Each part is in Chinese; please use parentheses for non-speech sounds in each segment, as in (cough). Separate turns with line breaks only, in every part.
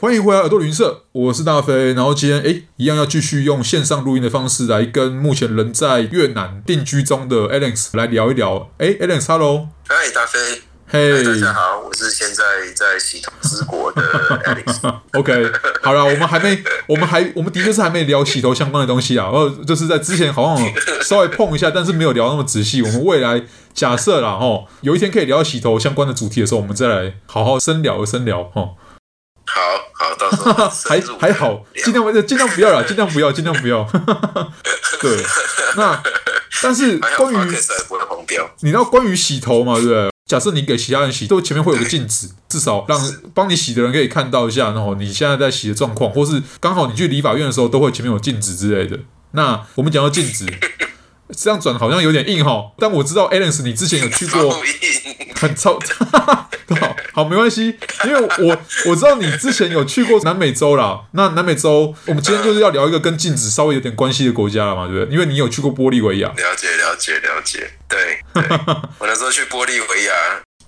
欢迎回来耳朵旅行社，我是大飞。然后今天诶，一样要继续用线上录音的方式来跟目前人在越南定居中的 Alex 来聊一聊。诶 a l e x h e l l o
嗨，大飞，
嘿、
哎嗨，大家好，我是现在在系统之
(laughs)
国的 Alex。
OK，好了，我们还没，我们还，我们的确是还没聊洗头相关的东西啊。然后就是在之前好像有稍微碰一下，但是没有聊那么仔细。我们未来假设啦，哦，有一天可以聊到洗头相关的主题的时候，我们再来好好深聊深聊哦。
好好，到时候
(laughs) 还
深入
还好，
聊
尽量不尽量不要啦，尽量不要，尽量不要。
(laughs)
对，那但是
还好
关
p o
于
d c 不会黄标。
你知道关于洗头嘛，对不对？假设你给其他人洗，都前面会有个镜子，至少让帮你洗的人可以看到一下，然后你现在在洗的状况，或是刚好你去理发院的时候，都会前面有镜子之类的。那我们讲到镜
(laughs)
子，这样转好像有点硬哈，但我知道 Alex 你之前有去
(laughs)
过
报应，
很 (laughs) 超，好好没关系，因为我我知道你之前有去过南美洲啦。那南美洲，我们今天就是要聊一个跟镜子稍微有点关系的国家了嘛，对不对？因为你有去过玻利维亚，
了解了解了解，对对，
(laughs)
我那时候去玻利维亚，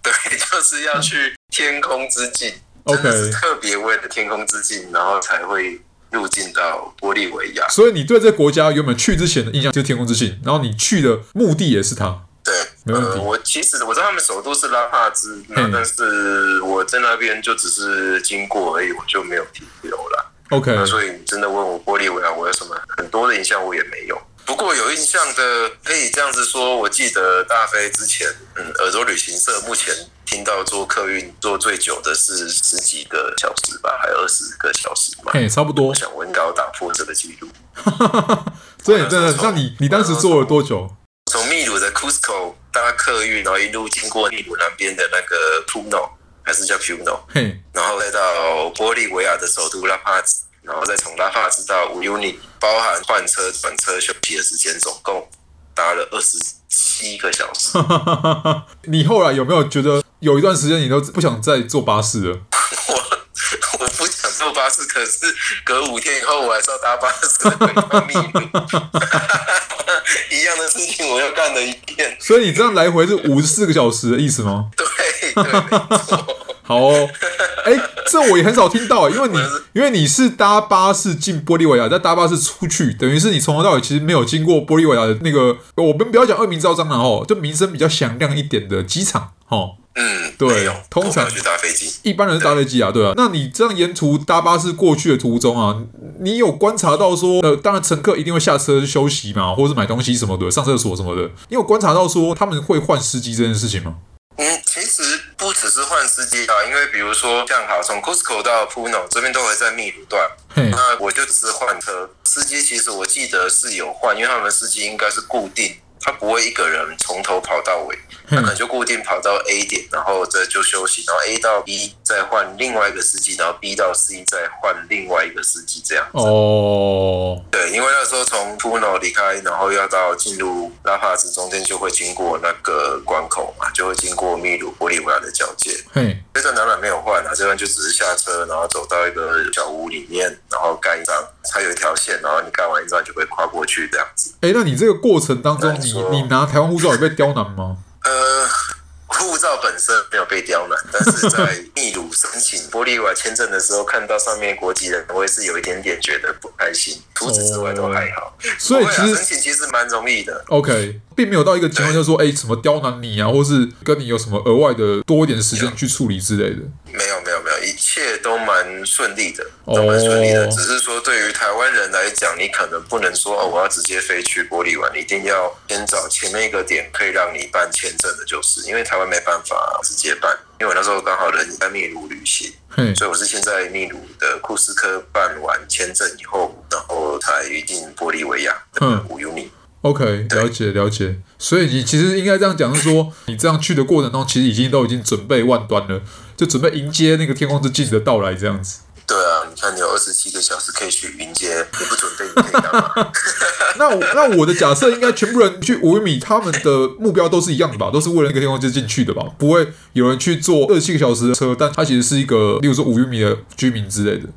对，就是要去天空之境
OK
真的是特别为了天空之境，然后才会入境到玻利维亚。
所以你对这个国家原本去之前的印象就是天空之镜，然后你去的目的也是它。
对，
没问题
呃。我其实我知道他们首都是拉帕兹，那
嗯
但是我在那边就只是经过而已，我就没有停留了。
OK，
那所以你真的问我玻利维亚我有什么很多的印象，我也没有。不过有印象的，可以这样子说，我记得大飞之前，嗯，耳朵旅行社目前听到做客运做最久的是十几个小时吧，还二十个小时吧。
嘿，差不多
我。想温高打破这个记录。
对，真的，那你你当时做了多久？
从秘鲁的 Cusco 搭客运，然后一路经过秘鲁南边的那个 Puno，还是叫 Puno，
嘿，
然后再到玻利维亚的首都拉帕兹，然后再从拉帕兹到 u n i 包含换车、转车、休息的时间，总共搭了二十七个小时。
你后来有没有觉得有一段时间你都不想再坐巴士了？
(laughs) 我我不想坐巴士，可是隔五天以后我还是要搭巴士回到秘鲁， (laughs) 一样的事情我又干了一遍。
所以你这样来回是五十四个小时的意思吗？
对对，没错。
好 (laughs) 哦，哎、这我也很少听到，因为你因为你是搭巴士进玻利维亚，再搭巴士出去，等于是你从头到尾其实没有经过玻利维亚的那个，我们不要讲恶名昭彰了哦，就名声比较响亮一点的机场哦。
嗯，
对
没有
通常
我没有去搭飞机。
一般人是搭飞机啊，对啊。那你这样沿途搭巴士过去的途中啊，你有观察到说，呃，当然乘客一定会下车休息嘛，或是买东西什么的，上厕所什么的。你有观察到说他们会换司机这件事情吗？
嗯，其实不只是换司机啊，因为比如说像好从 Cusco 到 Puno 这边都还在秘鲁段，
嘿，
那我就只是换车。司机其实我记得是有换，因为他们司机应该是固定，他不会一个人从头跑到尾，他可能就固定跑到 A 点，然后这就休息，然后 A 到 B 再换另外一个司机，然后 B 到 C 再换另外一个司机这样。
哦，
对，因为那时候从 Puno 离开，然后要到进入拉帕兹，中间就会经过那个关口嘛，就会经过秘鲁、玻利维亚的交界。
嘿，
这段当然没有换啊，这段就只是下车，然后走到一个小屋里面，然后盖一张，它有一条线，然后你盖完一张就会跨过去这样子。
哎，那你这个过程当中，
没
你
错
你拿台湾护照有被刁难
(laughs)
吗？
呃，护照本身没有被刁难，但是在秘鲁申请玻利维亚签证的时候，看到上面国籍人，我也是有一点点觉得不开心。除此之外都还好，
所以
不会
其
啊
实
申请其实蛮容易的。
OK，并没有到一个情况，就是说，哎、什么刁难你啊，或是跟你有什么额外的多一点时间去处理之类的。
没有没有没有，一切都蛮顺利的，
哦
都蛮顺利的。只是说对于台湾人来讲，你可能不能说哦，我要直接飞去玻利湾，你一定要先找前面一个点可以让你办签证的，就是因为台湾没办法直接办。因为我那时候刚好人在秘鲁旅行，
嘿，
所以我是先在秘鲁的库斯科办完签证以后，然后才进玻利维亚的
嗯
五 u 尼。
OK，了解了解。所以你其实应该这样讲，是说你这样去的过程中，其实已经都已经准备万端了，就准备迎接那个天空之镜的到来，这样子。
对啊，你看你有二十七个小时可以去迎接，你不准备你可以干
(laughs)
嘛？
那我那我的假设应该全部人去五米，他们的目标都是一样的吧？都是为了那个天空之镜去的吧？不会有人去坐二十七个小时的车，但他其实是一个，例如说五米的居民之类的，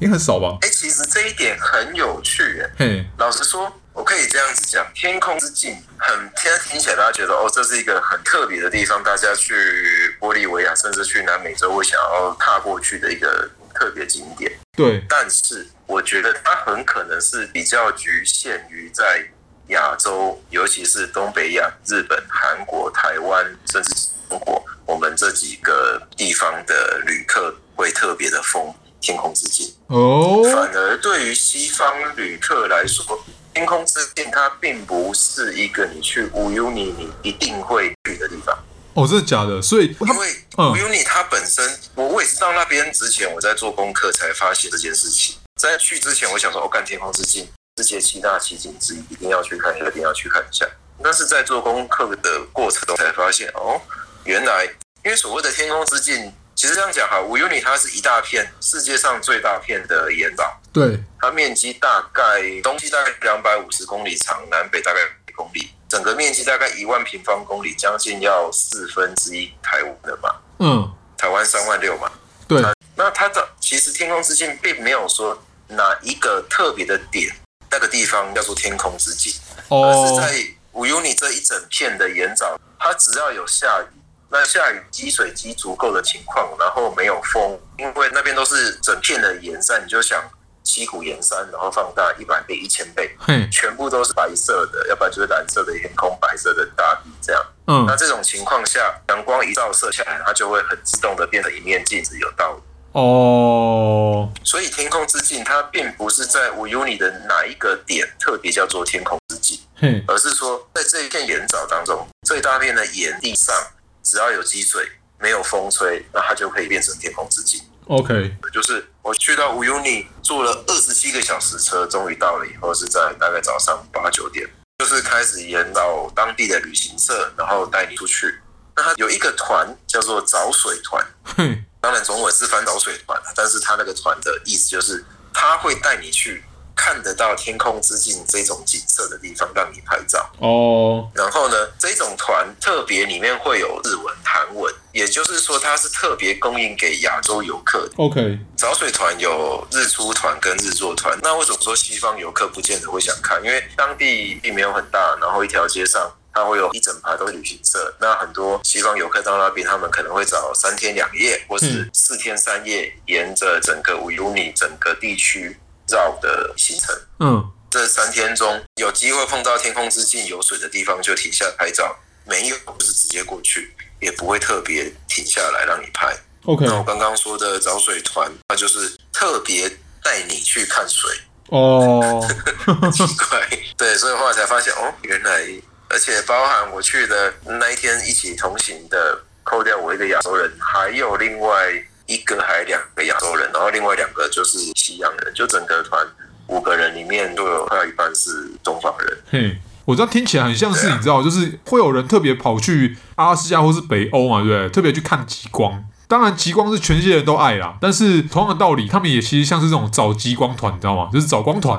应该很少吧？
哎、其实这一点很有趣耶、
嘿，
老实说，我可以这样子讲，天空之境很，现在听起来大家觉得哦，这是一个很特啊别的地方，大家去玻利维亚甚至去南美洲会想要踏过去的一个特别景点，
对，
但是我觉得它很可能是比较局限于在亚洲，尤其是东北亚、日本、韩国、台湾，甚至中国，我们这几个地方的旅客会特别的疯天空之境。
哦，
反而对于西方旅客来说，天空之境它并不是一个你去乌 u 尼你一定会去的地方，
哦，真的假的？所以
因
他
为
嗯
乌 u 尼它本身，我我也是到那边之前，我在做功课才发现这件事情。在去之前，我想说，哦，干天空之境，世界七大奇景之一，一定要去看，一定要去看一下。但是在做功课的过程中才发现，哦，原来因为所谓的天空之境，其实这样讲哈，乌 u 尼它是一大片世界上最大片的岩岛。
对，
它面积大概东西大概两百五十公里长，南北大概100公里，整个面积大概一万平方公里，将近要四分之一台湾的嘛，
嗯，
台湾三万六嘛。
对，
那它的其实天空之境并没有说哪一个特别的点，那个地方叫做天空之境，而是
哦，
在五 u 尼这一整片的岩沼，它只要有下雨。那下雨积水积足够的情况，然后没有风，因为那边都是整片的岩山，你就想七股岩山，然后放大一百倍、一千倍，
嘿，
全部都是白色的，要不然就是蓝色的天空、白色的大地这样。
嗯
那，这种情况下，阳光一照射下来，它就会很自动的变成一面镜子，有道理。
哦，
所以天空之镜它并不是在五 u 里的哪一个点特别叫做天空之镜，
嘿，
而是说在这一片岩沼当中，最大片的岩地上，只要有积水，没有风吹，那它就可以变成天空之镜。
，OK，
就是我去到五 u 尼坐了二十七个小时车，终于到了以后是在大概早上八九点，就是开始引导当地的旅行社，然后带你出去。那它有一个团叫做找水团，
嘿，
当然中文是翻找水团，啊但是它那个团的意思就是它会带你去看得到天空之境这种景色的地方，让你拍照。
哦，
然后呢，这种团特别里面会有日文、韩文，也就是说它是特别供应给亚洲游客的
OK，
早水团有日出团跟日落团，那为什么说西方游客不见得会想看？因为当地并没有很大，然后一条街上它会有一整排都是旅行社，那很多西方游客到那边，他们可能会找三天两夜或是
嗯
四天三夜，沿着整个乌尤尼整个地区绕的行程。
嗯，
这三天中有机会碰到天空之境有水的地方就停下来拍照，没有就是直接过去，也不会特别停下来让你拍。
，OK，
那我刚刚说的找水团，它就是特别带你去看水，
哦，
很奇怪。对，所以后来才发现哦，原来，而且包含我去的那一天一起同行的，扣掉我一个亚洲人，还有另外一个还两个亚洲人，然后另外两个就是西洋人，就整个团五个人里面就有快要一半是东方人。
嘿，我知道听起来很像是你知道，就是会有人特别跑去阿拉斯加或是北欧嘛，对不对？特别去看极光。当然，极光是全世界人都爱啦，但是同样的道理，他们也其实像是这种找极光团，你知道吗？就是找光团，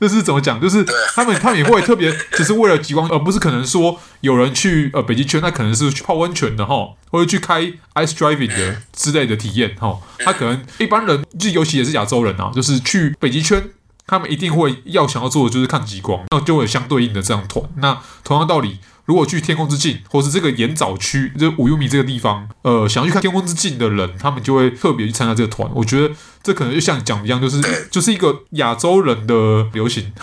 就是怎么讲，就是他们他们也会特别， (laughs) 只是为了极光，而不是可能说有人去呃北极圈，那可能是去泡温泉的哈，或者去开 ice driving 的之类的体验哈。他可能一般人，就尤其也是亚洲人啊，就是去北极圈他们一定会要想要做的就是看极光，那就会有相对应的这样团。那同样道理，如果去天空之境，或是这个岩沼区，这五优米这个地方，呃，想要去看天空之境的人，他们就会特别去参加这个团。我觉得这可能就像你讲的一样，
(coughs)
就是
对
就是一个亚洲人的流行。
(laughs)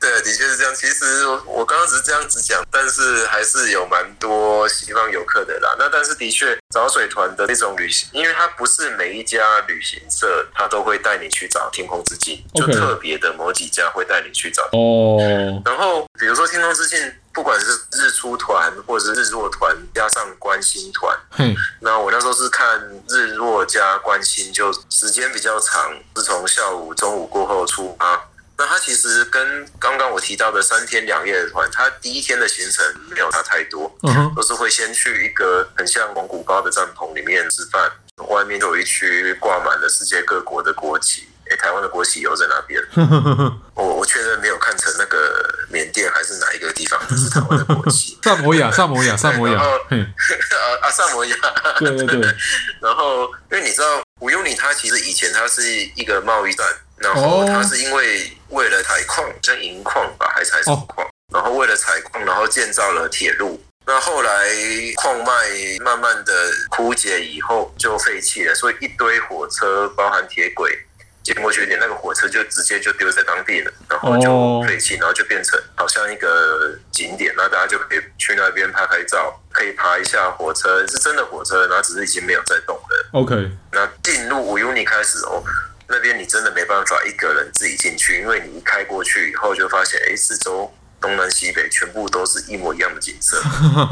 对，的确是这样。其实我我刚刚只是这样子讲，但是还是有蛮多西方游客的啦。那但是的确，找水团的那种旅行，因为它不是每一家旅行社它都会带你去找天空之境
OK
就特别的某几家会带你去找。
哦，
然后比如说天空之境，不管是日出团或者是日落团，加上观星团，
嘿，
那我那时候是看日落加关心，就时间比较长，是从下午中午过后出发。那它其实跟刚刚我提到的三天两夜的团，它第一天的行程没有差太多，
嗯哼，，
都是会先去一个很像蒙古包的帐篷里面吃饭，外面就有一区挂满了世界各国的国旗，诶，台湾的国旗有在那边，我我确认没有看成那个缅甸还是哪一个地方是台湾的国旗 (laughs)
萨摩亚，萨摩亚，萨摩亚
然后，
嘿，
啊啊，萨摩亚。
对对对，
然后，因为你知道，吴优里它其实以前它是一个贸易站，然后它是因为为了采矿，像银矿吧，还是采什么矿？然后为了采矿，然后建造了铁路。那那后来矿脉慢慢的枯竭以后就废弃了，所以一堆火车，包含铁轨。经过去点，那个火车就直接就丢在当地了，然后就废弃，然后就变成好像一个景点，那大家就可以去那边拍拍照，可以爬一下火车，是真的火车，然后只是已经没有在动了。
OK， (laughs)
那进入五 uni 开始哦，那边你真的没办法一个人自己进去，因为你一开过去以后就发现，哎，四周东南西北全部都是一模一样的景色，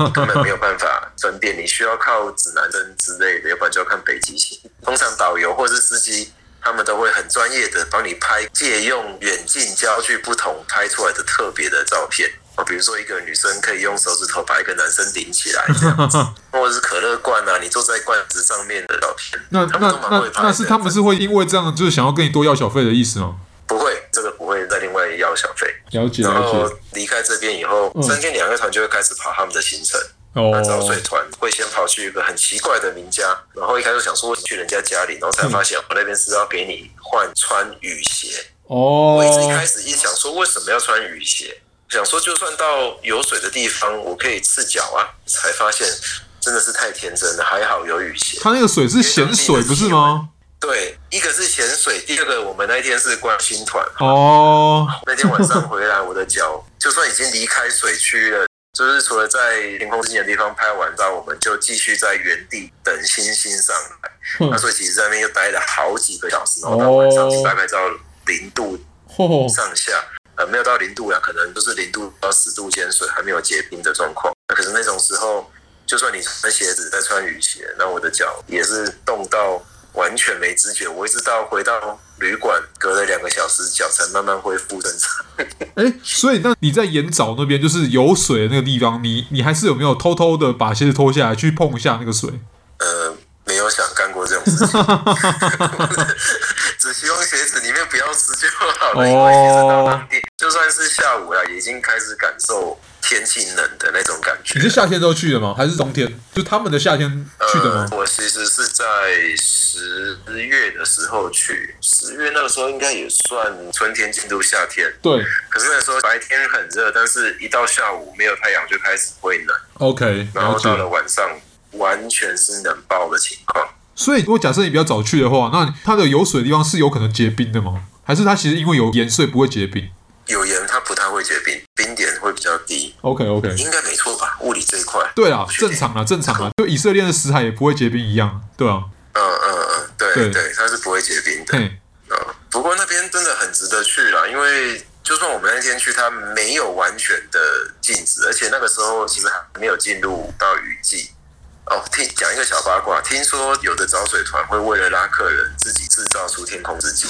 你根本没有办法分辨，你需要靠指南针之类的，要不然就要看北极星。通常导游或是司机。他们都会很专业的帮你拍，借用远近焦距不同拍出来的特别的照片哦，比如说一个女生可以用手指头把一个男生顶起来这样子，或者是可乐罐啊，你坐在罐子上面的照片，
那
他
那
们都蛮会
那
拍的。
那是他们是会因为这样就是想要跟你多要小费的意思吗？
不会，这个不会再另外要小费。
了解
然
了
后
解，
离开这边以后，
嗯
三天两夜团就会开始跑他们的行程。那找水
哦，
团会先跑去一个很奇怪的名家，然后一开始想说去人家家里，然后才
嗯
发现我那边是要给你换穿雨鞋。我一直一
哦
开，始一想说为什么要穿雨鞋，想说就算到有水的地方，我可以赤脚啊，才发现真的是太天真了，还好有雨鞋。
他那个水是咸水不是吗？
对，一个是潜水，第二个我们那一天是观星团，
哦，
那天晚上回来，我的脚 (laughs) 就算已经离开水区了。就是除了在天空之眼的地方拍完照，我们就继续在原地等星星上来。
哼
那所以其实在那边又待了好几个小时，然后到晚上
哦
大概到零度
嚯，
上下，呃，没有到零度啦，可能就是零度到十度间水还没有结冰的状况。那可是那种时候，就算你穿鞋子再穿雨鞋，那我的脚也是冻到完全没知觉。我一直到回到旅馆，隔了两个小时，脚才慢慢恢复正常。
哎，所以那你在盐沼那边就是有水的那个地方，你你还是有没有偷偷的把鞋子脱下来去碰一下那个水？
呃，没有想干过这种事情， (laughs) 只希望鞋子里面不要湿就好了。因为鞋子到当地，就算是下午了，已经开始感受天气冷的那种感觉
你。是夏天都去的吗？还是冬天？就他们的夏天去的吗？
呃？我其实是在十月的时候去，十月那个时候应该也算春天进入夏天，
对
可是那时候白天很热，但是一到下午没有太阳就开始会冷，
，OK，
然
了
后到
解。
了晚上完全是冷爆的情况。
所以如果假设你比较早去的话，那它的有水的地方是有可能结冰的吗？还是它其实因为有盐所以不会结冰
有盐它不太会结冰，冰点会比较低，
？OK OK，
应该没错吧？物理这一块，
对啊，正常啦，正常啦，就以色列的死海也不会结冰一样，对啊，
嗯嗯嗯，
对
对对，它是不会结冰的。
嘿，
嗯，不过那边真的很值得去啦，因为就算我们那天去，它没有完全的禁止，而且那个时候其实还没有进入到雨季。哦，听讲一个小八卦，听说有的找水团会为了拉客人，自己制造出天空
(laughs)
之镜。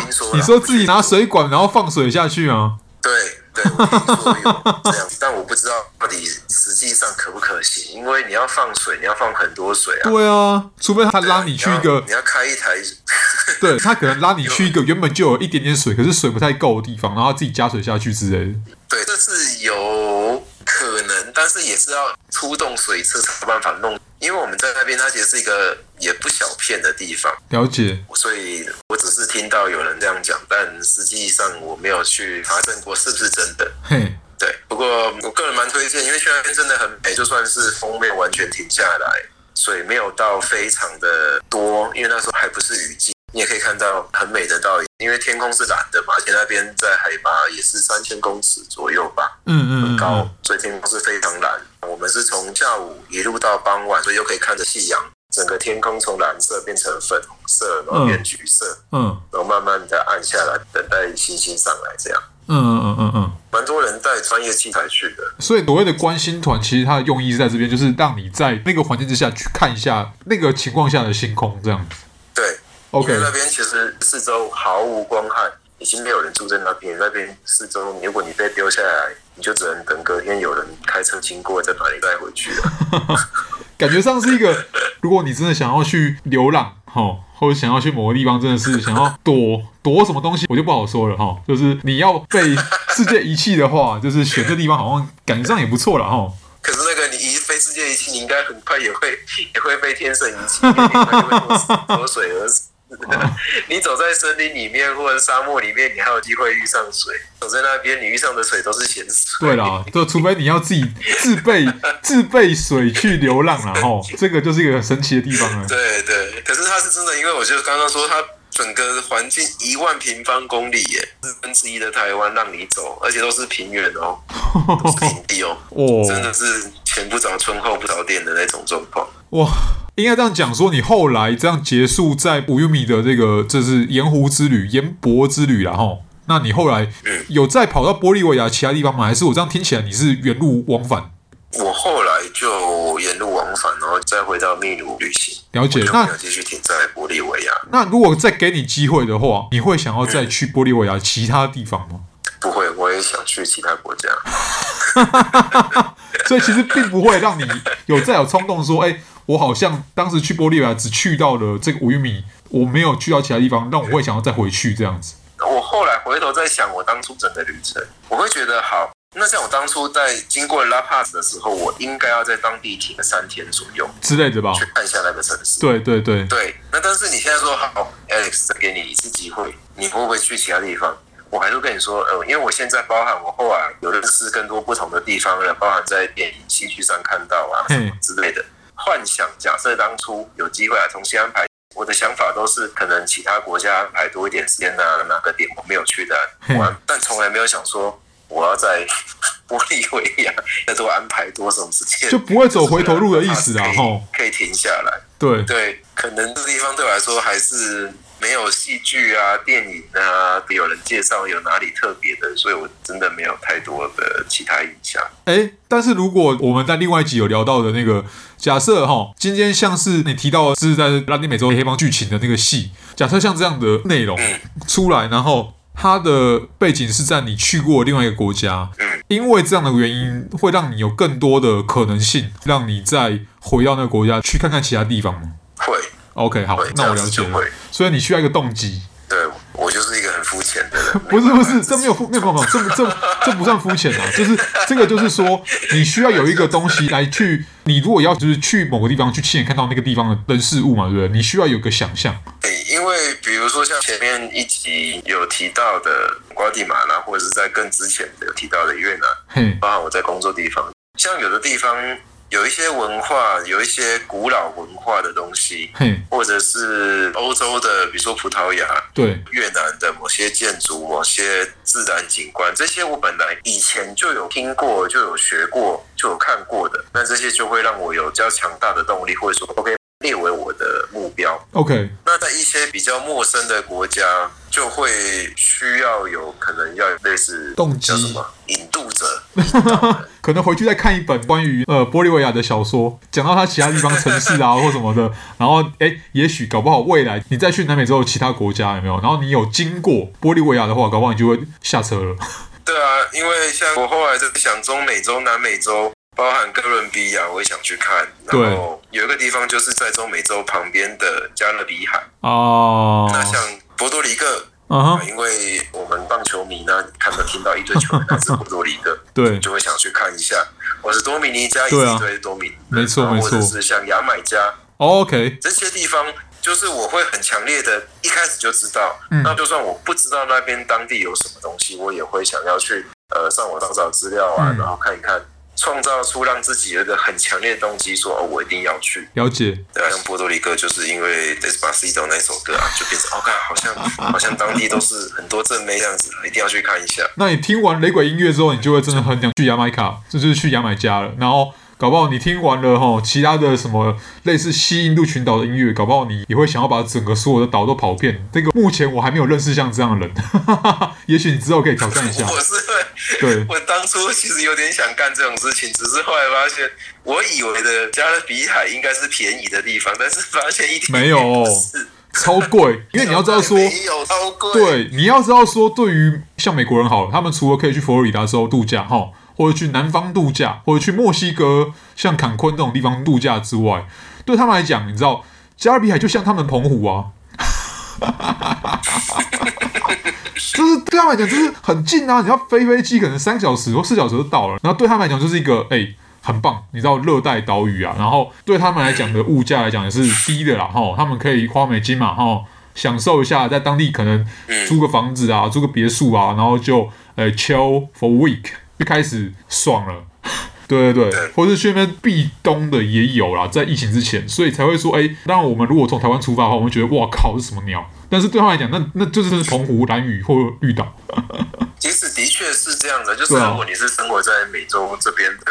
听说啦
你说自己拿水管然后放水下去啊？
对对，我听说有这样子，但我不知道到底实际上可不可行，因为你要放水，你要放很多水啊。
对啊，除非他
对啊
拉你去一个
你要，你要开一台
对他可能拉你去一个原本就有一点点水，可是水不太够的地方，然后他自己加水下去之类的。
对，这是有可能，但是也是要出动水车才有办法弄，因为我们在那边，它其实是一个也不小片的地方，
了解，
所以我只是听到有人这样讲，但实际上我没有去查证过是不是真的。
嘿，
对，不过我个人蛮推荐，因为去那边真的很美，就算是风没有完全停下来，水没有到非常的多，因为那时候还不是雨季，你也可以看到很美的倒影，因为天空是蓝的嘛，而且那边在海拔也是三千公尺左右吧。
嗯嗯嗯
高
嗯，，
所以天空是非常蓝。我们是从下午一路到傍晚，所以又可以看着夕阳，整个天空从蓝色变成粉红色，然后变橘色，
嗯
然后慢慢的暗下来，等待星星上来。这样，
嗯嗯嗯嗯嗯。
蛮多人带专业器材去的。
所以所谓的关心团，其实它的用意是在这边，就是让你在那个环境之下去看一下那个情况下的星空，这样子。
对
OK，
因为那边其实四周毫无光害，已经没有人住在那边。那边四周，如果你被丢下来，你就只能等隔天有人开车经过再把你带回去了。
感觉上是一个，如果你真的想要去流浪，哈，或者想要去某个地方，真的是想要躲躲什么东西，我就不好说了，哈。就是你要被世界遗弃的话，就是选这地方好像感觉上也不错了，哈。
可是那个你一被世
(laughs)
界遗弃，你应该很快也会也会被天神遗弃，因为你很快就会脱水而死。
哦
(laughs) 你走在森林里面或者沙漠里面，你还有机会遇上水；走在那边，你遇上的水都是咸水。
对啦，就除非你要
(laughs)
自己自备自备水去流浪啦，吼，这个就是一个很神奇的地方了。
对对，可是它是真的，因为我就刚刚说它。整个环境一万平方公里耶，四分之一的台湾让你走，而且都是平原哦，都是平地哦，
哦
真的是前不着村后不着店的那种状况。
哇，应该这样讲说，你后来这样结束在五 u 米的这个这是盐湖之旅、盐泊之旅啦，吼。那你后来
嗯
有再跑到玻利维亚其他地方吗？还是我这样听起来你是原路往返？
我后来就沿路往返，然后再回到秘鲁旅行。
了解
我就
那
没有继续停在玻利维亚，
那如果再给你机会的话，你会想要再去玻利维亚其他地方吗？
不会，我也想去其他国家。
所以其实并不会让你有再有冲动说，哎、我好像当时去玻利维亚只去到了这个五 u 米，我没有去到其他地方，但我会想要再回去这样子。
我后来回头再想我当初整个旅程，我会觉得好。那像我当初在经过拉帕斯的时候，我应该要在当地停个三天左右，
之类的吧
去。看一下那个城市。
对对对，
对，那但是你现在说好，Alex，再给你一次机会，你会不会去其他地方？我还是跟你说，呃，因为我现在包含我后来有认识更多不同的地方了，包含在电影戏剧上看到啊
嘿
什么之类的。幻想假设当初有机会啊，重新安排，我的想法都是可能其他国家安排多一点时间啊，哪个点我没有去的啊、
嘿
我但从来没有想说我要在玻利维亚再多安排多什么时间，
就不会走回头路的意思啊
可以
吼
可以停下来。
对，
对，可能这地方对我来说还是没有戏剧啊、电影啊，有人介绍有哪里特别的，所以我真的没有太多的其他印象。
哎，但是如果我们在另外一集有聊到的那个假设哈，今天像是你提到是在拉丁美洲黑帮剧情的那个戏，假设像这样的内容
嗯
出来，然后它的背景是在你去过另外一个国家
嗯，
因为这样的原因会让你有更多的可能性，让你再回到那个国家去看看其他地方吗
会，
？OK，好
会，
那我
这样
了
子
解
就
了
会。
所以你需要一个动机，
对我就是一个很肤浅的人。
(laughs) 不是
没
不
办法
是，这没有肤没有办法，这不这这不算肤浅啊，就是这个就是说，你需要有一个东西来去，你如果要就是去某个地方去亲眼看到那个地方的人事物嘛，对不对？你需要有个想象，
对 (laughs) 因为比如说像前面一集有提到的瓜地马拉，或者是在更之前的有提到的越南，
嘿，
包含我在工作地方，像有的地方有一些文化，有一些古老文化的东西，
嘿，
或者是欧洲的，比如说葡萄牙、
对，
越南的某些建筑、某些自然景观，这些我本来以前就有听过、就有学过、就有看过的，那这些就会让我有较强大的动力，或者说 OK 列为我的目标。
，OK，
那在一些比较陌生的国家，就会需要有可能要有类似
动机
叫什么引渡者，
可能回去再看一本关于呃玻利维亚的小说，讲到它其他地方城市啊或什么的，然后哎，也许搞不好未来你再去南美洲其他国家有没有？然后你有经过玻利维亚的话，搞不好你就会下车了。
对啊，因为像我后来在想中美洲、南美洲，包含哥伦比亚，我也想去看。然
对
后有一个地方就是在中美洲旁边的加勒比海，
(laughs) 哦，
那像波多黎各，
嗯哼，
因为我们棒球迷呢，看到听到一堆
(laughs)
球员来自波多黎各，
对，
就会想去看一下。我是多米尼加，也
对
是
啊
一堆多米尼加，
没错
然后
没错
或者是像牙买加
哦，OK，
这些地方。就是我会很强烈的，一开始就知道，
嗯
那就算我不知道那边当地有什么东西，我也会想要去呃上网找找资料啊，
嗯
然后看一看，创造出让自己有一个很强烈的动机，说哦，我一定要去。
了解。
对啊，像波多黎各就是因为《Despacito》那首歌啊，就变成哦，看好
啊
像好像当地都是很多正妹这样子，一定要去看一下。
那你听完雷鬼音乐之后，你就会真的很想去牙买卡，这就是去牙买加了。然后搞不好你听完了吼，其他的什么类似西印度群岛的音乐，搞不好你也会想要把整个所有的岛都跑遍。这个目前我还没有认识像这样的人， (laughs) 也许你之后可以挑战一下。
我是会，
对，
(laughs) 我当初其实有点想干这种事情，只是后来发现，我以为的加勒比海应该是便宜的地方，但是发现一点
没有哦
也不是
超贵，因为你要知道说。
没有超贵，，啊
对，你要知道说，对于像美国人好了，他们除了可以去佛罗里达州度假哈，或者去南方度假，或者去墨西哥像坎昆这种地方度假之外，对他们来讲，你知道加勒比海就像他们澎湖啊。就是对他们来讲，就是很近啊！你要飞飞机，可能三小时或四小时就到了。然后对他们来讲，就是一个哎、很棒，你知道热带岛屿啊。然后对他们来讲的物价来讲也是低的啦，哈，他们可以花美金嘛，哈，享受一下，在当地可能
嗯
租个房子啊，租个别墅啊，然后就呃 chill for week 就开始爽了。对对对
对，
或是去那边避冬的也有啦，在疫情之前，所以才会说，哎，当然我们如果从台湾出发的话，我们会觉得哇靠，这是什么鸟？但是对他们来讲，那那就是真的是澎湖、蓝屿或绿岛。
其实的确是这样的，就是
对啊
如果你是生活在美洲这边的，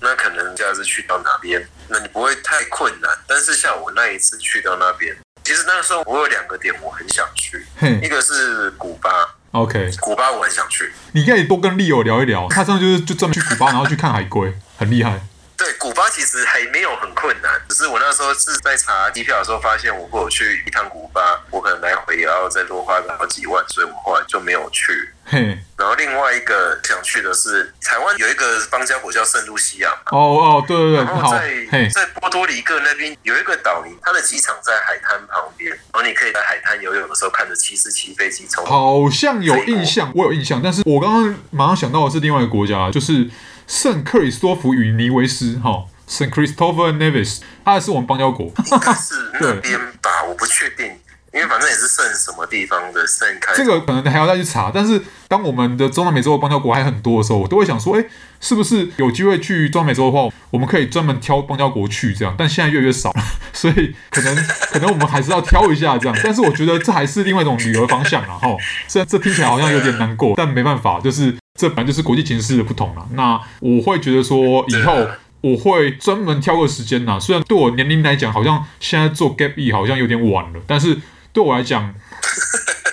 那可能假日去到哪边，那你不会太困难。但是像我那一次去到那边，其实那时候我有两个点我很想去，
嘿
一个是古巴，
，OK，
古巴我很想去。
你可以多跟利友聊一聊，他上次就是就专门去古巴，然后去看海龟，很厉害。
对，古巴其实还没有很困难，只是我那时候是在查机票的时候发现，我如果去一趟古巴，我可能来回也要再多花个好几万，所以我后来就没有去。
嘿，
然后另外一个想去的是台湾有一个邦交国叫圣露西亚嘛，
哦哦，对对对，
然
好
后，
嘿
在，在波多黎各那边有一个岛屿，它的机场在海滩旁边，然后你可以在海滩游泳的时候看着七四七飞机从
好像有印象，我有印象，但是我刚刚马上想到的是另外一个国家，就是圣克里斯多福与尼维斯，哈、圣 Christopher Nevis，它是我们邦交国。
应该是那边吧，我不确定，因为反正也是圣什么地方的圣开。
这个可能还要再去查，但是当我们的中南美洲的邦交国还很多的时候，我都会想说，哎，是不是有机会去中南美洲的话，我们可以专门挑邦交国去这样？但现在越来越少了， (laughs) 所以可能可能我们还是要挑一下这样。但是我觉得这还是另外一种旅游的方向啦，哈。虽然这听起来好像有点难过，但没办法，就是这本来就是国际形势的不同啦。那我会觉得说以后
对。
我会专门挑个时间呐、虽然对我年龄来讲，好像现在做 gap e 好像有点晚了，但是对我来讲，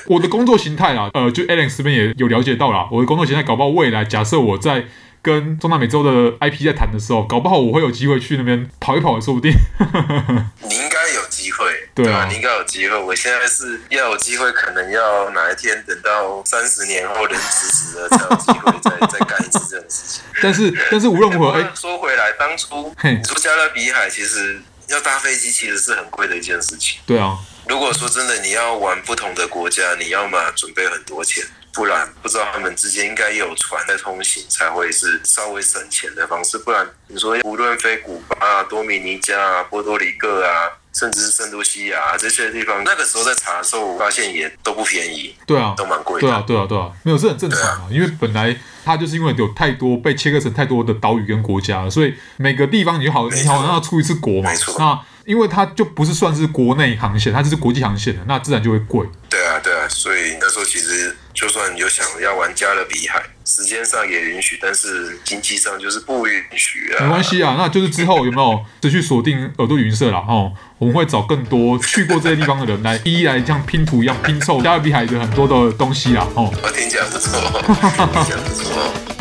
我的工作形态啦，呃，就 Alex 这边也有了解到啦，我的工作形态搞不好未来，假设我在跟中南美洲的 IP 在谈的时候，搞不好我会有机会去那边跑一跑，也说不定。 (laughs)
你应该有机会，
对啊 (laughs)
你应该有机会。我现在是要有机会，可能要哪一天等到三十年后人辞职了，才有机会再再干一次这种事情。
但是，但是无论如何，
不
哎、
过说回来，当初
嘿
你说加勒比海其实要搭飞机，其实是很贵的一件事情。
对啊，
如果说真的你要玩不同的国家，你要么准备很多钱，不然不知道他们之间应该也有船在通行，才会是稍微省钱的方式。不然你说哎无论飞古巴、啊、多米尼加、啊、波多黎各啊，甚至是圣露西亚、啊、这些地方，那个时候在查的时候，我发现也都不便宜，
对啊，
都蛮贵
对
的。
啊，对啊，对啊，没有，这很正常啊，因为本来它就是因为有太多被切割成太多的岛屿跟国家了，所以每个地方你好，
没
你好
错
像要出一次国嘛
没。错
那因为它就不是算是国内航线，它就是国际航线的，那自然就会贵。
对啊，对啊，所以那时候其实就算有想要玩加勒比海，时间上也允许，但是经济上就是不允许啊。
没关系啊，那就是之后有没有持续锁定耳朵云社啦？哦，我们会找更多去过这些地方的人来一一来像拼图一样拼凑加勒比海的很多的东西啦。哦，
我听起来不错，听起来不错。